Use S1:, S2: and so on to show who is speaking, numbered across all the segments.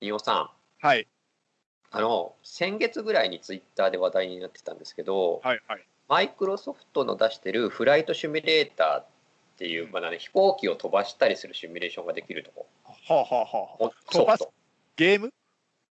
S1: 飯尾さん、
S2: はい、
S1: あの、先月ぐらいにツイッターで話題になってたんですけど、
S2: はい、はい。
S1: マイクロソフトの出してるフライトシミュレーターっていう、まあね、飛行機を飛ばしたりするシミュレーションができるとこ、
S2: はあ、はあはあ、
S1: ソ
S2: 飛ば
S1: フ
S2: す
S1: ト、
S2: ゲーム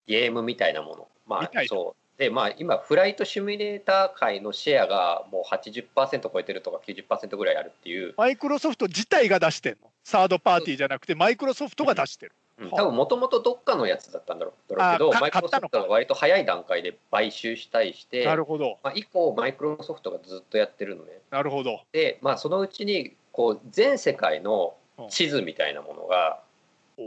S1: ゲームみたいなもの。ま
S2: み
S1: あ
S2: たい、な
S1: そう。で、まあ、今、フライトシミュレーター界のシェアがもう80%超えてるとか90%ぐらいあるっていう、
S2: マイクロソフト自体が出してるの。サードパーティーじゃなくて、マイクロソフトが出してる。
S1: うん多分もともとどっかのやつだったんだろうだろうけど、
S2: あーか
S1: マイクロソフトが割と早い段階で買収したりして、
S2: なるほど、
S1: まあ、以降、マイクロソフトがずっとやってるのね。
S2: なるほど。
S1: で、まあ、そのうちにこう全世界の地図みたいなものが
S2: お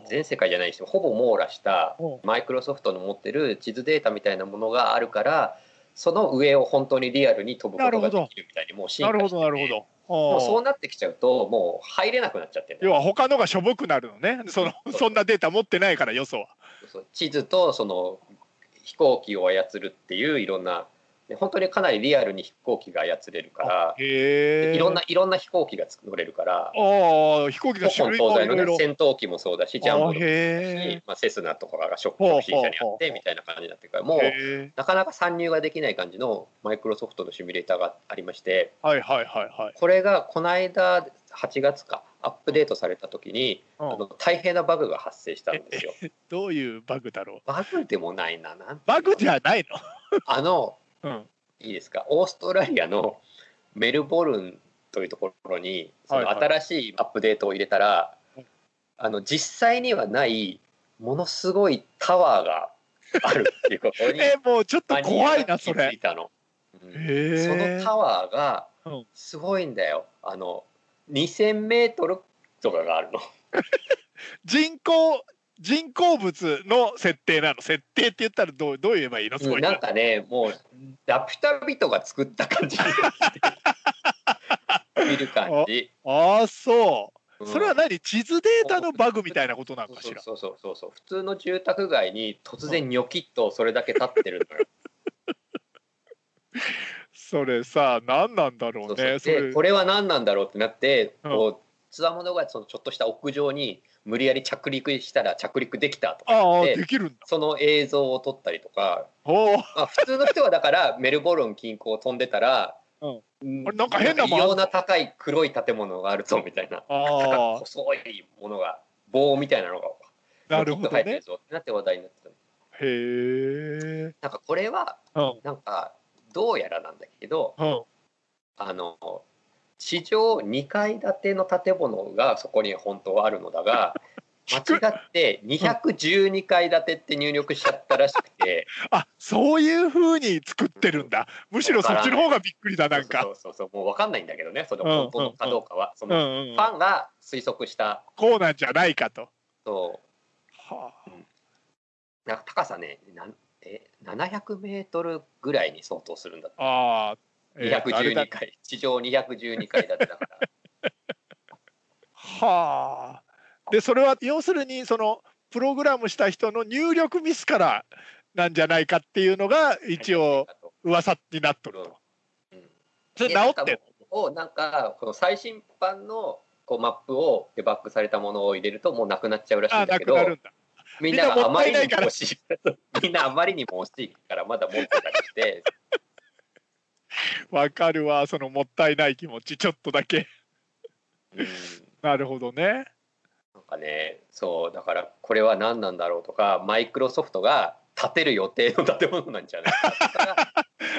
S2: お
S1: 全世界じゃないにしてもほぼ網羅した
S2: お
S1: マイクロソフトの持ってる地図データみたいなものがあるからその上を本当にリアルに飛ぶことができるみたいにもう進
S2: なる
S1: 化
S2: ほ
S1: して
S2: ど、なるほ
S1: て
S2: ど。
S1: もう
S2: は
S1: そ
S2: あ
S1: うなってきちゃうともう入れなくなっちゃってるんだ
S2: 要
S1: よ
S2: は他のがしょぼくなるのね。そのそんなデータ持ってないから、よそは。
S1: そう地図とその飛行機を操るっていういろんなで本当にかなりリアルに飛行機が操れるから
S2: へえ。
S1: いろんないろんな飛行機が作れるから
S2: ああ、飛行機の
S1: 古今
S2: 種類
S1: 東
S2: も
S1: 西の
S2: いろい
S1: ね
S2: ろ。
S1: 戦闘機もそうだしジャンボ
S2: あ
S1: も
S2: ー
S1: そうだ
S2: へ
S1: し、まあ、セスナとかがショックシー車にあ
S2: ほうほうほ
S1: っ
S2: うほ
S1: て
S2: う
S1: みたいな感じになってるから
S2: え。
S1: もう
S2: へえ
S1: なかなか参入ができない感じのマイクロソフトのシミュレーターがありまして
S2: はいはいはいはい。
S1: これがこの間8月かアップデートされた時にあ
S2: うん
S1: の大変なバグが発生したんですよ。
S2: どういうバグだろう。
S1: バグでもないななんて
S2: バグじゃない
S1: あの
S2: の。うん。
S1: いいですかオーストラリアのメルボルンというところにその
S2: はいは
S1: 新しいアップデートを入れたら、
S2: はい
S1: あの実際にはないものすごいタワーがあるっていうことに
S2: えーもうちょっと
S1: マニアが
S2: 怖いな、
S1: 気
S2: そ
S1: づ
S2: れ。
S1: いたの。うんそ
S2: へ
S1: の
S2: え。
S1: タワーが
S2: うん
S1: すごいんだよ。あの2000メートルとかがある の。
S2: 人工人工物の設定なの設定って言ったらどうどう言えばいいのそ
S1: うん
S2: ういう
S1: なんかねもうラピュタ人が作った感 じがして見る感じ。
S2: ああ
S1: う
S2: そう、
S1: ん
S2: それは何地図データのバグみたいなことなのかしら
S1: そうそうそうそう普通の住宅街に突然ニョキッとそれだけ立ってるのよ。
S2: それさ何なんだろ
S1: そううそう
S2: ね それ
S1: でこれは何なんだろうってなって、
S2: うん
S1: こうつわものがそのちょっとした屋上に無理やり着陸したら着陸できたとか
S2: ああ
S1: で
S2: できるんだ
S1: その映像を撮ったりとか、
S2: おー
S1: まあ、普通の人はだから メルボルン近郊を飛んでたら、
S2: うん
S1: うん
S2: あれなんか変なも
S1: 異
S2: んある
S1: 様な高い黒い建物があるぞみたいな
S2: あ
S1: 細いものが棒みたいなのが
S2: あなるほど
S1: 入ってる
S2: ね
S1: ぞってなって話題になってた
S2: へえ
S1: なんかこれは
S2: うん
S1: なんかどうやらなんだけど
S2: うん
S1: あの地上2階建ての建物がそこに本当はあるのだが
S2: 低い
S1: 間違って212階建てって入力しちゃったらしくて
S2: あそういうふうに作ってるんだむしろそっちの方がびっくりだなんか
S1: そうそうそうそうもう分かんないんだけどねその
S2: う
S1: 本
S2: ん
S1: 当のかどうかは、そ
S2: うん
S1: の
S2: うんうん
S1: ファンが推測した
S2: こうなんじゃないかと
S1: そ
S2: は
S1: うなんか高さねなんえ700メートルぐらいに相当するんだって
S2: あああえーあれだ
S1: 212階、地上212階建てだから
S2: はあ。でそれは要するにそのプログラムした人の入力ミスからなんじゃないかっていうのが 一応噂になっとると。
S1: うんうん
S2: それ
S1: で
S2: 治って
S1: な
S2: ん
S1: んかもうなんかこの最新版のこうマップをデバッグされたものを入れるともうなくなっちゃうらしい
S2: あ
S1: んだ
S2: な
S1: け
S2: く
S1: ど
S2: なるんだ。
S1: みんながあまりにも
S2: みんなも
S1: 欲しいみんなあまりにも欲しいからまだ持ってたり して
S2: わかるわそのもったいない気持ちちょっとだけ。
S1: うん
S2: なるほどね。
S1: なんかねそうだからこれは何なんだろうとかマイクロソフトが建てる予定の建物なんじゃないかとか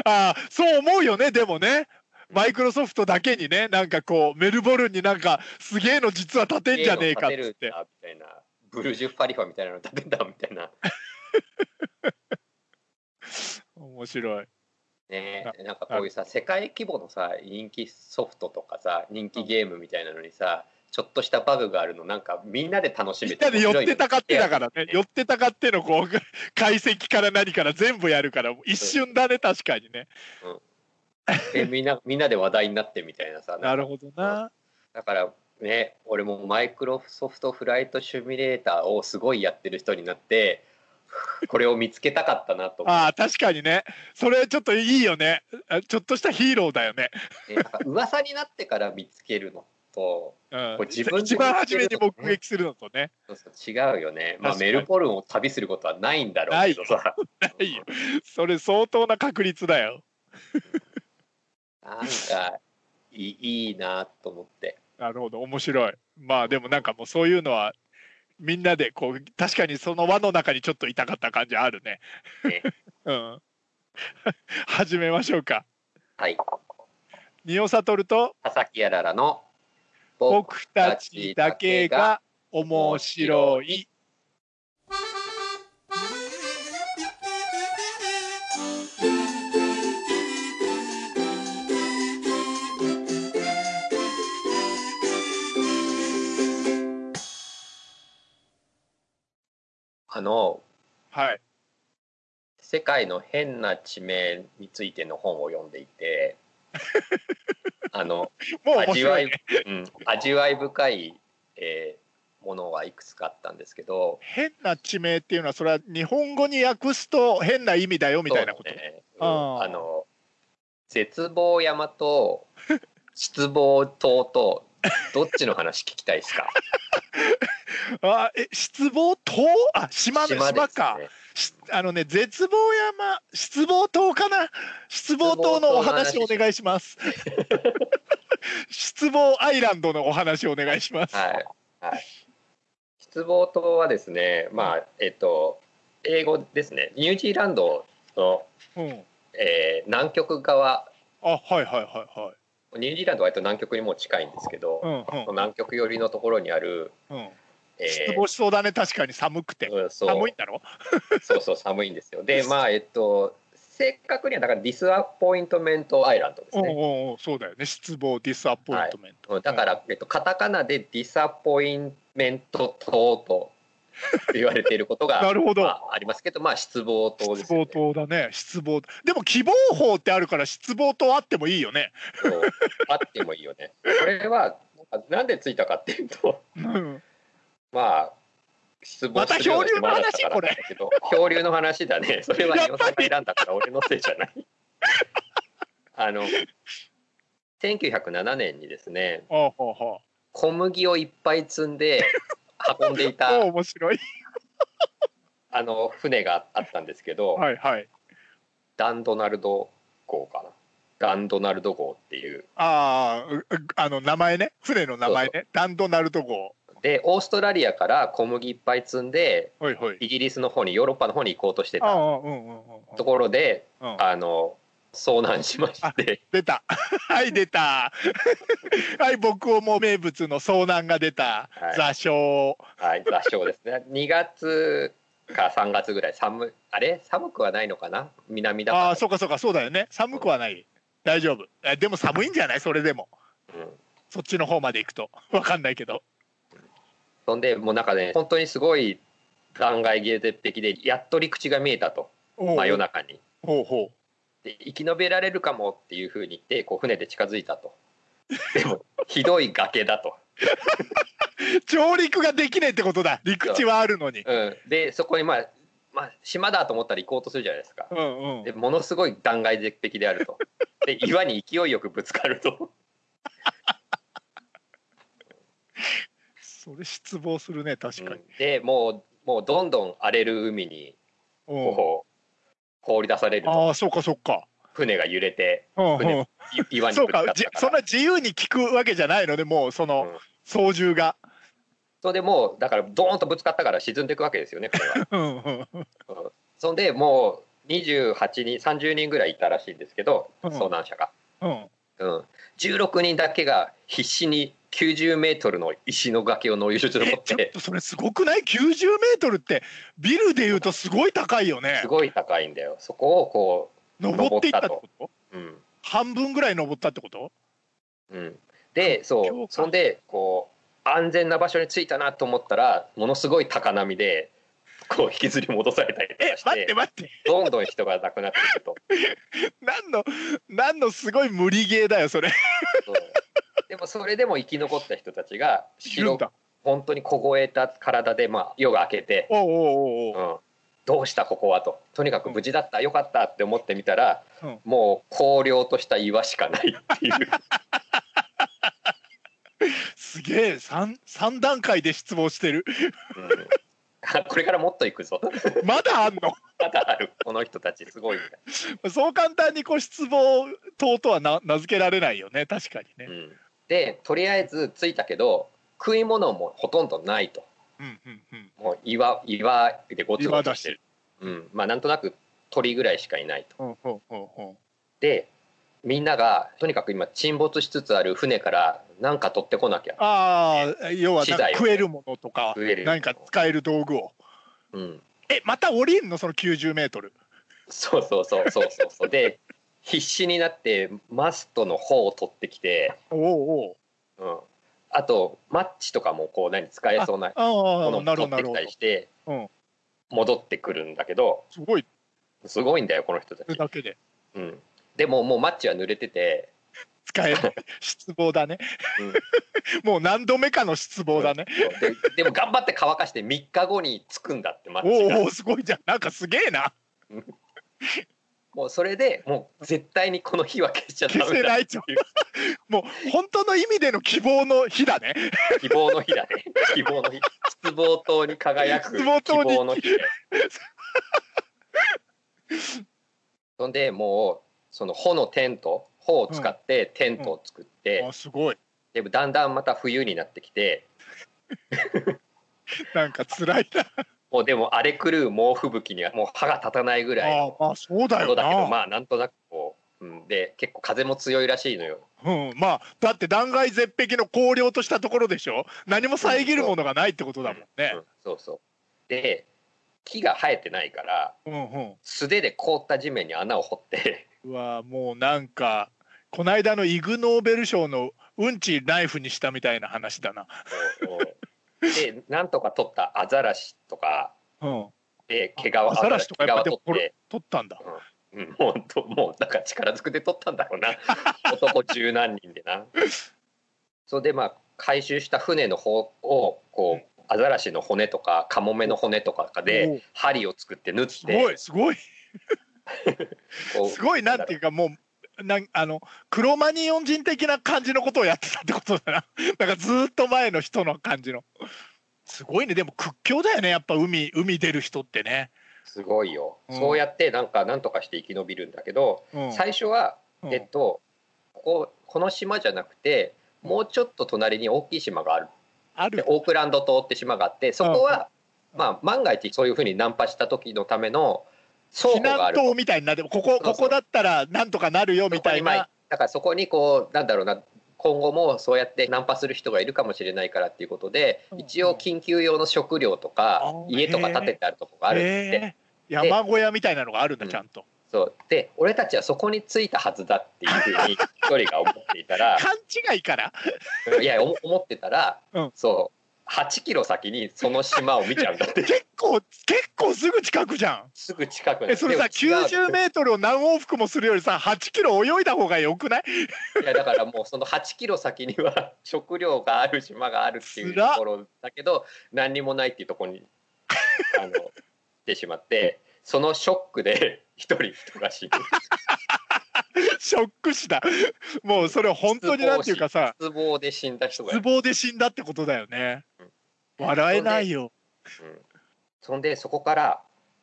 S2: ああそう思うよねでもね。マイクロソフトだけにねなんかこうメルボルンになんかすげえの実は建てん じゃねえかっ
S1: 建
S2: つって
S1: る
S2: て
S1: ん。だみたいなブルジュ・ファリファみたいなの建てたみたいな
S2: 面白い。
S1: ねなんかこういうさ世界規模のさ人気ソフトとかさ人気ゲームみたいなのにさちょっとしたバグがあるのなんかみんなで楽し
S2: み
S1: め
S2: んなで寄ってたかって
S1: ら
S2: だからね、寄ってたかってのこう解析から何から全部やるから、一瞬だね、確かにね。
S1: でみんなみんなで話題になってみたいなさ
S2: なるほどな。
S1: だからね俺もマイクロソフトフライトシミュレーターをすごいやってる人になってこれを見つけたかったなと思
S2: ああ、確かにね、それちょっといいよね、あちょっとしたヒーローだよね。
S1: ってなんか噂になってから見つけるのと
S2: うん
S1: こう自分で
S2: 一番初めに目撃するのとね、
S1: そうそう違うよね、まあ、
S2: 確かに
S1: メルボルンを旅することはないんだろうけどさ
S2: ないよそれ相当な確率だよ。
S1: なんかいいいいなと思って
S2: なるほど、面白い。まあでもなんかもうそういうのはみんなでこう確かにその輪の中にちょっといたかった感じあるね。
S1: ね
S2: うん。始めましょうか。
S1: はい
S2: 仁尾悟と
S1: 佐々木やららの
S2: 僕たちだけが面白い。
S1: あの
S2: はい。
S1: 世界の変な地名についての本を読んでい てあの
S2: もう面
S1: 味わ
S2: 白
S1: い
S2: い、ね。
S1: うん、味わい深い、えーものはいくつかあったんですけど
S2: 変な地名っていうのはそれは日本語に訳すと変な意味だよみたいなこと。
S1: そうねうん
S2: あー
S1: あの絶望山 と失望島とどっちの話聞きたいです か
S2: あえ失望島あ島ね島
S1: です
S2: か。
S1: ね
S2: しあのね絶望山失望島かな失望島のお話
S1: 失望島の話
S2: お願いします 失望アイランドのお話お願いします
S1: はい、はい、失望島はですねまあえっと英語ですねニュージーランドの、
S2: うん
S1: えー南極側
S2: あはいはいはいはい
S1: ニュージーランドは割と南極にもう近いんですけど、
S2: うん
S1: その南極寄りのところにある、
S2: うんうん
S1: えー
S2: 失望しそうだね確かに寒くて
S1: うんそう
S2: 寒いんだろ
S1: そうそう寒いんですよ。でまあえっと正確にはだからディスアポイントメントアイランドです
S2: うんう
S1: ね。
S2: んうんそうだよね失望ディスアポイントメント、
S1: うんだから、えっと、カタカナでディサポインメント島と言われていることが
S2: なるほど
S1: まあ、ありますけど、まあ、失望島です
S2: 失
S1: よ
S2: 望
S1: ね。
S2: 島だね失望でも希望法ってあるから失望島あってもいいよね
S1: そうあってもいいよね。これはなんかなんでついたかっていうと
S2: うん
S1: まあ失望するような暇だったからなんだけど 漂流の話だねそれは
S2: やっ
S1: 日
S2: ぱ
S1: 本さ
S2: り
S1: んが選んだから俺のせいじゃない あの1907年にですね
S2: ほうほうほ
S1: 小麦をいっぱい積んで運んでいう
S2: お
S1: た
S2: 面白い
S1: あの船があったんですけど、
S2: はいはい
S1: ダンドナルド号かなダンドナルド号っていう
S2: ああうあの名前ね船の名前ねダンドナルド号
S1: でオーストラリアから小麦いっぱい積んで
S2: はいはい
S1: イギリスの方にヨーロッパの方に行こうとして
S2: あ
S1: た
S2: あうんうんうん
S1: ところで
S2: うんうん
S1: あの遭難しまして
S2: 出た はい出た はい僕をもう名物の遭難が出た、
S1: はい
S2: 座礁
S1: はい、座礁ですね。2月か3月ぐらい寒いあれ寒くはないのかな南だから
S2: ああそうかそうかそうだよね寒くはない大丈夫えでも寒いんじゃないそれでも
S1: うん
S2: そっちの方まで行くと わかんないけど
S1: そんでもうなんかね本当にすごい断崖芸絶壁でやっと陸地が見えたと
S2: おう
S1: 真夜中に。
S2: ほうほ
S1: で生き延びられるかもっていうふうに言ってこう船で近づいた と。でもひどい崖だと。
S2: う上陸ができねえってことだ陸地はあるのに
S1: うん、でそこにまあ、まあ、島だと思ったら行こうとするじゃないですか
S2: う。んうん
S1: でものすごい断崖絶壁であると。で岩に勢いよくぶつかると。
S2: それ失望するね確か
S1: う
S2: に、
S1: んでもうもうどんどん荒れる海に
S2: うん
S1: こう放り出されると
S2: ああそうかそうか
S1: 船が揺れて
S2: うんうん
S1: 船い 岩に
S2: そ
S1: ぶ
S2: う
S1: つかっ
S2: か、じ
S1: たか
S2: そん
S1: ら
S2: な自由に聞くわけじゃないので、もうその、
S1: うん
S2: 操縦が。
S1: それでもうだからドーンとぶつかったから沈んでいくわけですよねこれ
S2: うんうん
S1: は、うんそんでもう28人30人ぐらいいたらしいんですけど
S2: うん
S1: 遭難者が、
S2: うん、
S1: うん、16人だけが必死に90メートルの石の崖を乗り移ろ
S2: え
S1: っ
S2: ちょってとそれすごくない ?90 メートルってビルでいうとすごい高いよね
S1: す。ごい高いんだよそこをこ
S2: 登っていったってこと
S1: ううん
S2: 半分ぐらい登ったってこと
S1: うん、でそ
S2: 境
S1: う
S2: 界
S1: そんでこう安全な場所に着いたなと思ったらものすごい高波でこう引きずり戻されたりと
S2: え
S1: かし
S2: 待って
S1: て
S2: 待って
S1: どんどん人が亡くなっていくと
S2: 何の何のすごい無理ゲーだよそれ
S1: そうでもそれでも生き残った人たちが
S2: いるん
S1: 白
S2: だ
S1: 本当に凍えた体で、まあ、夜が明けて、
S2: おうおう
S1: う、
S2: おうおうん
S1: どうしたここはととにかく無事だったよかったって思ってみたら、
S2: うん
S1: もう荒涼とした岩しかないっていう
S2: すげえ三三段階で失望してる
S1: うんあ これからもっといくぞ
S2: まだあんの
S1: まだあるこの人たちすごいんだ、
S2: そう簡単にこう失望等とはな名付けられないよね確かに
S1: う
S2: ね、
S1: ん、でとりあえず着いたけど食い物もほとんどないと
S2: うんうんうん、
S1: もう岩岩でごつご
S2: 今
S1: つ
S2: だ
S1: してる
S2: し、
S1: うん、まあなんとなく鳥ぐらいしかいないと
S2: うんうんうんうん、
S1: でみんながとにかく今沈没しつつある船から何か取ってこなきゃ、
S2: ああ要はなん
S1: 資材
S2: か
S1: を
S2: 食えるものとか
S1: 食えるもの
S2: 何か使える道具を
S1: うん、
S2: えまた降りんのその90メートル
S1: そうそうそうそうそうそうで必死になってマストの方を取ってきて、
S2: おおう
S1: うん、あとマッチとかもこう何使えそうな
S2: おう
S1: も
S2: あ
S1: の
S2: あ
S1: を
S2: なる
S1: 取っ
S2: ほどな
S1: て
S2: る
S1: き
S2: ほ
S1: た
S2: ど
S1: りして
S2: うん
S1: 戻ってくるんだけど
S2: すごい
S1: すごいんだよこの人た
S2: それ
S1: ち、
S2: だけで
S1: うん、でももうマッチは濡れてて、
S2: 使えない失望だね
S1: うん
S2: もう何度目かの失望だね、
S1: ででも頑張って乾かして3日後に着くんだってマッチ
S2: お
S1: が
S2: おすごいじゃんなんかすげえな
S1: もうそれでもう絶対にこの日は消しちゃ
S2: 消
S1: ダメ
S2: せ
S1: だ
S2: ないともう本当の意味での希望の日だね
S1: 希望の日だね 希望の日失望灯に輝く
S2: 失望
S1: 希
S2: 灯に
S1: 望の日で そんでもうその穂のテント穂を使ってテントを作って、
S2: あすごい
S1: でだんだんまた冬になってきて
S2: なんか辛いな
S1: もうでも荒れ狂う猛吹雪にはもう歯が立たないぐらい
S2: あ
S1: の
S2: あそうだ
S1: こと
S2: よ
S1: だ
S2: な
S1: けどまあなんとなくこう、うん、で結構風も強いらしいのよ
S2: うん、まあだって断崖絶壁の荒涼としたところでしょ何も遮るものがないってことだもんね
S1: うん、そうそうで木が生えてないから
S2: うん
S1: 素手で凍った地面に穴を掘 って
S2: うんうわもうなんかこないだのイグ・ノーベル賞のうんちナイフにしたみたいな話だな
S1: こうでなんとか取ったアザラシとか
S2: うん
S1: で毛皮ア
S2: アザラシとか
S1: 毛
S2: やっ
S1: 皮
S2: ぱで
S1: 取
S2: も
S1: って、
S2: 取ったんだ
S1: うん、もうともうなんか力ずくで取ったんだ ろうな男十何人でな。それでまあ回収した船の方をこうアザラシの骨とかカモメの骨とか
S2: おう
S1: で針を作って縫っ
S2: すご
S1: て
S2: いすごい
S1: こう
S2: すごいなんていうかもうなんあのクロマニオン人的な感じのことをやってたってことだな なんかずーっと前の人の感じのすごいねでも屈強だよねやっぱ海海出る人ってね、
S1: すごいよ、
S2: うん
S1: そうやってなんかなんとかして生き延びるんだけど、
S2: うん
S1: 最初は、
S2: うん
S1: えっとこここの島じゃなくてもうちょっと隣に大きい島がある
S2: ある
S1: でオークランド島って島があってそこは、
S2: うん
S1: まあ、万が一そういうふうにナンパした時のための倉
S2: 避
S1: 庫があ
S2: 難
S1: る
S2: 塔みたいになってここ
S1: うそう
S2: ここだったらなんとかなるよみたい
S1: そこにま
S2: な
S1: あだからそこにこうなんだろうな今後もそうやってナンパする人がいるかもしれないからっていうことで
S2: うん
S1: 一応緊急用の食料とか
S2: あ
S1: 家とか建ててあるとこがあるんで
S2: へー山小屋みたいなのがあるんだ
S1: うん
S2: ちゃんと、
S1: そうで俺たちはそこに着いたはずだっていうふうに一人が思っていた ら
S2: 勘違いから
S1: いやお思ってたら、
S2: うん
S1: そう8キロ先にその島を見ちゃうんだって
S2: 結構結構すぐ近くじゃん
S1: すぐ近くなんだ
S2: えそれさ
S1: でも違う
S2: 90メートルを何往復もするよりさ8キロ泳いだ方がよくない
S1: いやだからもうその8キロ先には食料がある島があるっていうと
S2: 辛っ
S1: ころだけど何にもないっていうところ にあの来てしまってそのショックで一人人が死ぬ
S2: ショック死だ。もうそれ本当になんていうかさ、
S1: 失望で死んだ人がい
S2: 絶
S1: る、
S2: 望で死んだってことだよね
S1: うん。
S2: 笑えないよ。
S1: うんそんでそこから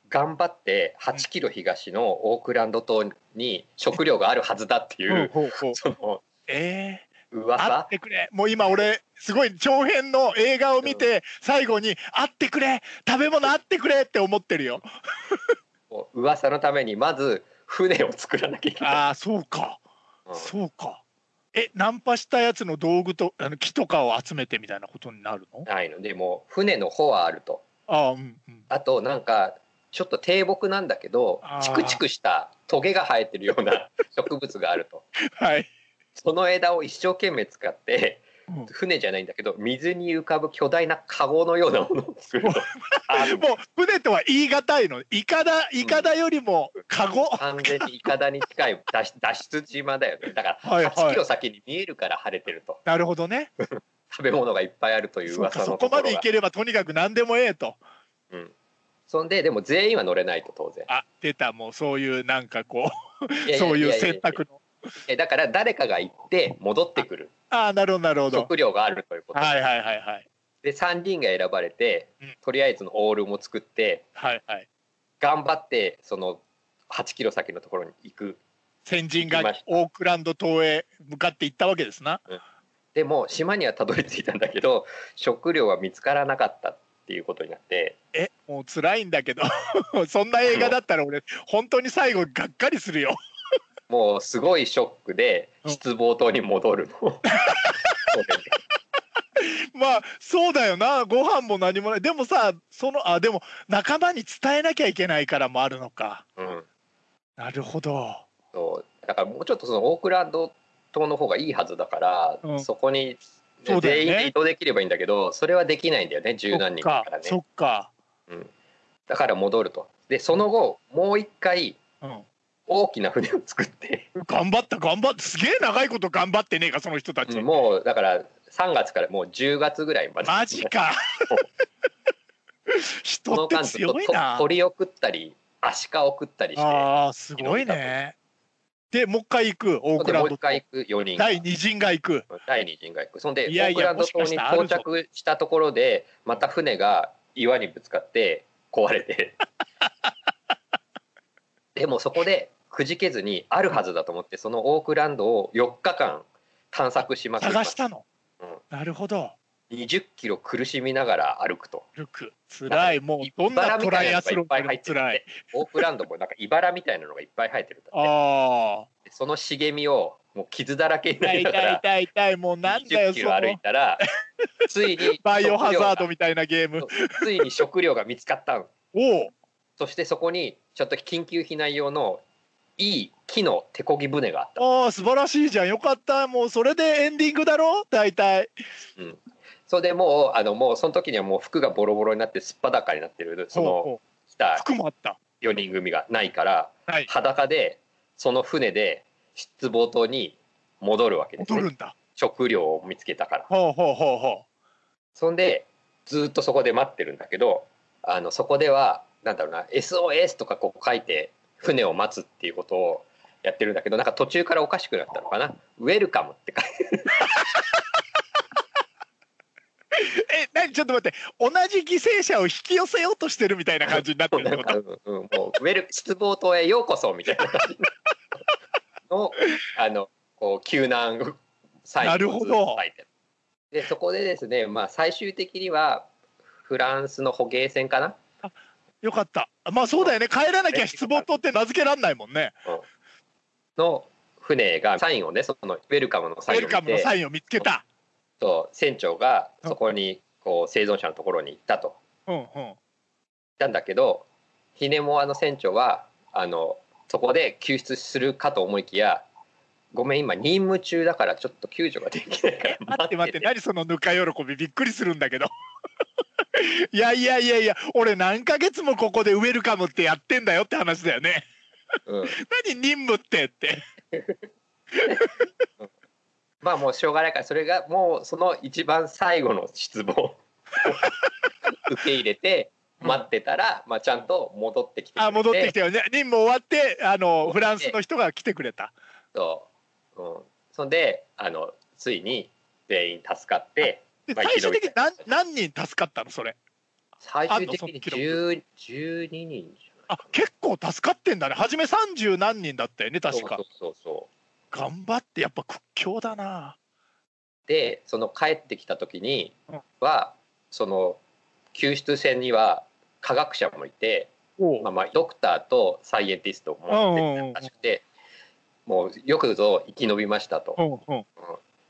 S1: 頑張って8キロ東のオークランド島に食料があるはずだっていうう、
S2: ほうほう
S1: その
S2: えー、会っ
S1: 噂
S2: てくれ。もう今俺すごい長編の映画を見て最後に会ってくれ、食べ物会ってくれって思ってるよ。
S1: 噂のためにまず船を作らなきゃいけない。
S2: ああそうか、
S1: うん
S2: そうか。えナンパしたやつの道具とあの木とかを集めてみたいなことになるの？
S1: ないのでもう船の方はあると
S2: ああうんうん。
S1: あとなんかちょっと低木なんだけど
S2: あー
S1: チクチクしたトゲが生えてるよう な植物があると
S2: はい。
S1: その枝を一生懸命使って
S2: うん
S1: 船じゃないんだけど水に浮かぶ巨大な籠のようなものを作る とあの
S2: もう船とは言い難いの。イカダイカダよりもカゴ。
S1: 完全にイカダに近い脱出脱出島だよねだか
S2: はいは
S1: ら
S2: い
S1: 8キロ先に見えるから晴れてると
S2: なるほどね。
S1: 食べ物がいっぱいあるという
S2: そうか
S1: 噂
S2: そ
S1: の
S2: こと
S1: こ
S2: ま
S1: ろ
S2: でい
S1: が
S2: ければとにかく何でもええと
S1: うんそんででも全員は乗れないと当然
S2: あ出たもうそういうなんかこ
S1: やや
S2: うそういう
S1: ややや
S2: 選択の
S1: えだから誰かが行って戻ってくる
S2: ああ、なるほど、なるほど。
S1: 食料があるということで,、
S2: はいはいはいはい。
S1: 3人が選ばれて
S2: うん
S1: とりあえずのオールも作って
S2: はいはい。
S1: 頑張ってその8キロ先のところに行く
S2: 先人
S1: 行きま
S2: が
S1: した
S2: オークランド島へ向かって行ったわけですな。
S1: でも島にはたどり着いたんだけど食料は見つからなかったっていうことになって
S2: え、もう辛いんだけど、 そんな映画だったら俺、本当に最後がっかりするよ。
S1: もうすごいショックで
S2: うん
S1: 失望島に戻 るの。そうだよね
S2: まあ、そうだよな。ご飯も何もない。でもさ、その、あ、でも仲間に伝えなきゃいけないからもあるのか。
S1: うん、
S2: なるほど。
S1: そうだからもうちょっとそのオークランド島の方がいいはずだから、
S2: うん
S1: そこに、
S2: そうだよね
S1: 全員で移動できればいいんだけどそれはできないんだよね十何人だから
S2: そ
S1: ね
S2: っか。
S1: だから戻るとでその後もう一回
S2: そっか
S1: 大きな船を作って、
S2: うん。頑張った、頑張った。すげえ長いこと頑張ってねえか、その人たち。
S1: もうだから3月からもう10月ぐらいまで
S2: マジか。
S1: こ
S2: 人
S1: の
S2: って
S1: 間ずっと
S2: 強い
S1: と
S2: な。
S1: 鳥を食ったりアシカを食ったりして
S2: ああ、すごいね。で、もう一回行く、オーク
S1: で
S2: ラ
S1: も
S2: ン
S1: う
S2: ド
S1: 一
S2: 島。
S1: 回行く4人が
S2: 第二陣が行く。
S1: 第二陣が行くそんで
S2: いや
S1: オ
S2: い
S1: ーク
S2: や
S1: ランド島に到
S2: もしかしたらある
S1: 着
S2: ぞ
S1: したところでまた船が岩にぶつかって壊れて でもそこでくじけずにあるはずだと思ってそのオークランドを4日間探索しまくりま
S2: 探し
S1: した
S2: の
S1: うん。
S2: なるほど。
S1: 20キロ苦しみながら歩くと
S2: ルク。つらい。もう、どんなトライアスロンでもつらい。
S1: オークランドもなんか茨みたいなのがいっぱい生えてるんだって
S2: ああ。
S1: その茂みをもう傷だらけにな
S2: 痛い
S1: りなが
S2: 痛い
S1: ら
S2: 痛い痛い。もうなんだよ、
S1: 20
S2: そ
S1: キロ歩い
S2: の。
S1: たらついに
S2: バイオハザードみたいなゲーム
S1: そ。うついに食料が見つかったの
S2: おお。
S1: そしてそこにちょっと緊急避難用のいい木の手こぎ船があった、
S2: ああ、素晴らしいじゃん。よかった。もう、それでエンディングだろ大体。
S1: うん、それでもうあのもうその時にはもう服がボロボロになってすっ裸になってるそ
S2: ほう
S1: の
S2: ほ
S1: 来
S2: う
S1: た
S2: 服もあった。
S1: 4人組がないから
S2: はい。
S1: 裸でその船で失望島に戻るわけです、
S2: 踊る
S1: ね、
S2: んだ。
S1: 食料を見つけたから
S2: ほうほうほうほ
S1: そんでずっとそこで待ってるんだけどあのそこではなんだろうな SOS とかこう書いて船を待つっていうことをやってるんだけどなんか途中からおかしくなったのかな「ウェルカム」って書いて
S2: う。え、なにちょっと待って。同じ犠牲者を引き寄せようとしてるみたいな感じになってるっ
S1: な
S2: て
S1: ん
S2: こ
S1: か、
S2: と
S1: うんうん、もうウェル失望島へようこそみたいな感じのあのこう救難サイン
S2: なるほど
S1: を書いてるでそこでですね、まあ、最終的にはフランスの捕鯨船かな
S2: よかった。まあそうだよね。帰らなきゃ失望とって名付けらんないもんね。
S1: の船がサインをねそのウェルカムの
S2: ウ
S1: サイ
S2: ェ
S1: ンを
S2: ル
S1: 見
S2: カムの
S1: て
S2: サインを見つけた。
S1: そう船長がそこにこう生存者のところに行ったと行っ
S2: うんうん。
S1: たんだけどヒネモアの船長はあのそこで救出するかと思いきや「ごめん今任務中だからちょっと救助ができないから
S2: 待って待って、何そのぬか喜び、びっくりするんだけど。 いやいやいやいや、俺何ヶ月もここでウェルカムってやってんだよって話だよね。
S1: うん
S2: 何任務ってって。
S1: まあもうしょうがないからそれがもうその一番最後の失望を 受け入れて待ってたら、まあ、ちゃんと戻ってきてくれて
S2: あ、戻ってきたよね。任務終わって、あの、フランスの人が来てくれた。
S1: そう、うん、そんであのついに全員助かって。
S2: で
S1: まあ
S2: 最終的に
S1: ひど
S2: 何何人助かったのそれ。
S1: 最終的に
S2: あ
S1: 10 12人じゃない
S2: あ、結構助かってんだね。初め30何人だったよね、確か。
S1: そうそうそうそう
S2: 頑張って、やっぱ屈強だな。
S1: でその帰ってきた時に
S2: うん
S1: は、その救出船には科学者もいて、
S2: おう
S1: まあ、まあドクターとサイエンティスト
S2: うんうんうんう
S1: も
S2: ん
S1: らしくて、もうよくぞ生き延びましたと、
S2: うんうん、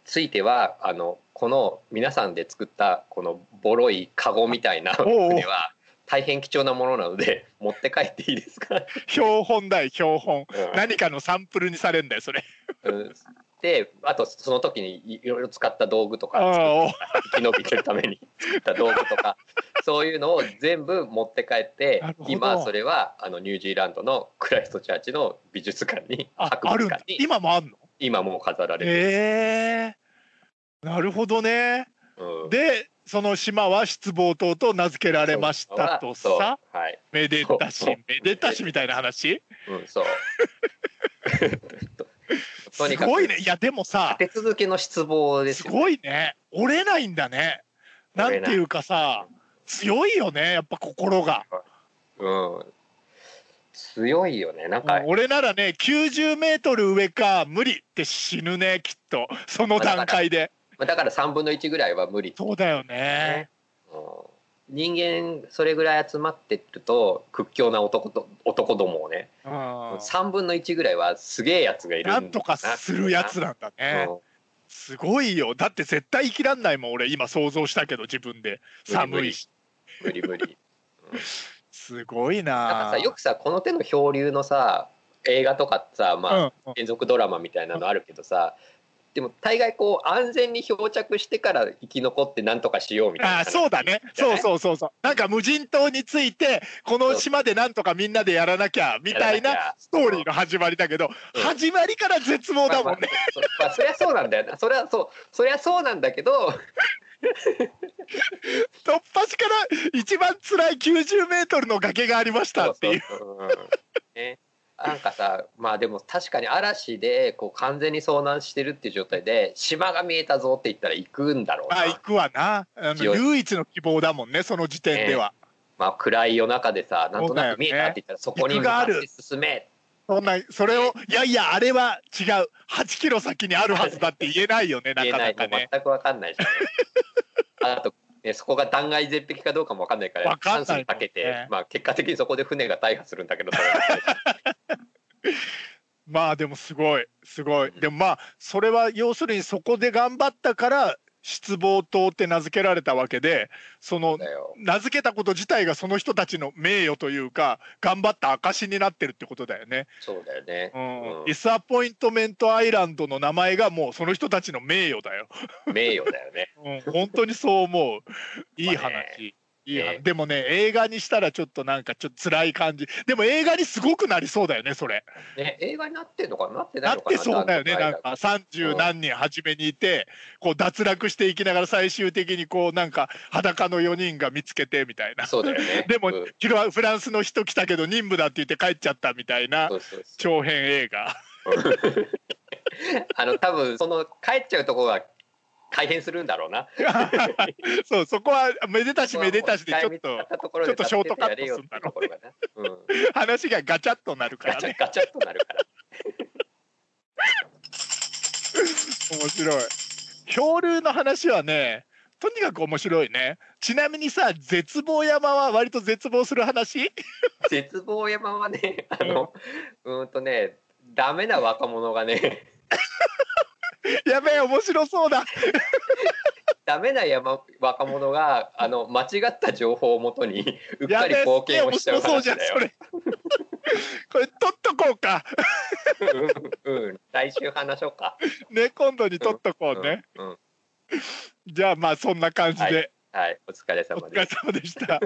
S1: ついてはあのこの皆さんで作ったこのボロいカゴみたいな
S2: おうおう
S1: 船は大変貴重なものなので持って帰っていいですか、
S2: 標本だよ標本
S1: うん
S2: 何かのサンプルにされんだよそれ
S1: うんであとその時にいいろいろ使った道具と
S2: あ
S1: か
S2: あおう
S1: 生き延びてるために 作った道具とかそういうのを全部持って帰って
S2: なるほど
S1: 今それはあのニュージーランドのクライストチャーチの美術館に
S2: あ
S1: 博
S2: ある
S1: 物
S2: んだ
S1: 館に
S2: 今もあんの
S1: 今もう飾られる、
S2: ええなるほどね
S1: うん
S2: でその島は失望島と名付けられましたと
S1: そう
S2: さ
S1: はい、
S2: めでたし
S1: そう
S2: めでたしみたいな話
S1: うん、そうと
S2: す
S1: にかく
S2: ごいねいやでもさ
S1: 立て続けの失望です
S2: す
S1: よ
S2: ごいね折れないんだねなんていうかさ強いよねやっぱ心が、
S1: うん、強いよねなんか、
S2: うん俺ならね9 0ル上か無理って死ぬねきっとその段階で
S1: だから3分の1ぐらいは無理、
S2: そうだよね
S1: うん、人間それぐらい集まってると屈強な男と男どもをね
S2: うん
S1: 3分の1ぐらいはすげえやつがいるだ
S2: なんとかするやつなんだね
S1: うん
S2: すごいよだって絶対生きらんないもん俺今想像したけど自分で
S1: 無
S2: 寒
S1: 理
S2: いし
S1: 無理無 理
S2: すご
S1: な
S2: い
S1: んか
S2: な
S1: さよくさこの手の漂流のさ映画とかさまあ、
S2: うんうん
S1: 連続ドラマみたいなのあるけどさでも大概こう安全に漂着してから生き残ってなんとかしようみたいな
S2: あーそうだねそうそうそうそうなんか無人島についてこの島でなんとかみんなでやらなきゃみたい
S1: やらなき
S2: な
S1: ゃ
S2: ストーリーの始まりだけど、
S1: うん
S2: 始まりから絶望だもんね、
S1: まあまあそまあそりゃそうなんだよなそりゃそうそりゃそうなんだけど
S2: 突発から一番辛い9 0ルの崖がありましたっていう
S1: そうそうそううんねなんかさまあでも確かに嵐でこう完全に遭難してるっていう状態で島が見えたぞって言ったら行くんだろうな、
S2: まあ行くわなあの
S1: 強い
S2: 唯一の希望だもんねその時点では、
S1: まあ、暗い夜中でさなんとなく見えたって言ったらそこに向かって進め
S2: そんなそれをいやいやあれは違う8キロ先にあるはずだって言えないよねな
S1: 言え
S2: か
S1: な
S2: ないか
S1: の
S2: ね
S1: 全く分かんないじゃん あと、ね、そこが断崖絶壁かどうかも分かんないから
S2: わかんないもんね
S1: チャンスに避けて、まあ、結果的にそこで船が大破するんだけどそれ は
S2: まあでもすごいすごい、
S1: うん
S2: でもまあそれは要するにそこで頑張ったから失望島って名付けられたわけでその
S1: だよ
S2: 名付けたこと自体がその人たちの名誉というか頑張った証になってるってことだよね、
S1: そうだよね、
S2: うん
S1: うん
S2: ディスアポイントメントアイランドの名前がもうその人たちの名誉だよ、
S1: 名誉だよね
S2: うん、本当にそう 思ういい話、
S1: まあね
S2: いい話
S1: ね
S2: でもね映画にしたらちょっとなんかちょっと辛い感じでも映画にすごくなりそうだよねそれ
S1: ね映画になってんのかななってな
S2: ないっ
S1: のかな
S2: てそうだよね
S1: 断
S2: なん
S1: 崖
S2: か
S1: が
S2: 30何人初めにいてこう脱落していきながら最終的にこうなんか裸の4人が見つけてみたいな
S1: そうだよね
S2: でも
S1: うん
S2: フラフランスの人来たけど任務だって言って帰っちゃったみたいな
S1: そうそうそう
S2: 長編映画
S1: あの多分その帰っちゃうところは改変するんだろうな
S2: そうそこはめでたしめでたしでちょっ
S1: 一回見つ
S2: と
S1: かったころ
S2: ちょ
S1: で
S2: っとショートカット
S1: 助けてやれよっていうところがねうん
S2: 話がガチャッとなるか
S1: ガ
S2: ら
S1: チャ
S2: ね
S1: ガチャっとなるから
S2: 面白い恐竜の話はねとにかく面白いねちなみにさ絶望山は割と絶望する話
S1: 絶望山はねあのうーんとねダメな若者がね
S2: やべえ面白そうだ
S1: ダメな山若者があの間違った情報をもとにうっかり冒険をしちゃう話だよ。
S2: やべえすげえ面白そうじゃんそれ これ取っとこうか
S1: うんうん来週話そうか。
S2: ね今度に取っとこうね、
S1: うんうん
S2: じゃあまあそんな感じで、
S1: はいお疲れ様
S2: お疲
S1: で
S2: れ
S1: す。
S2: 様でした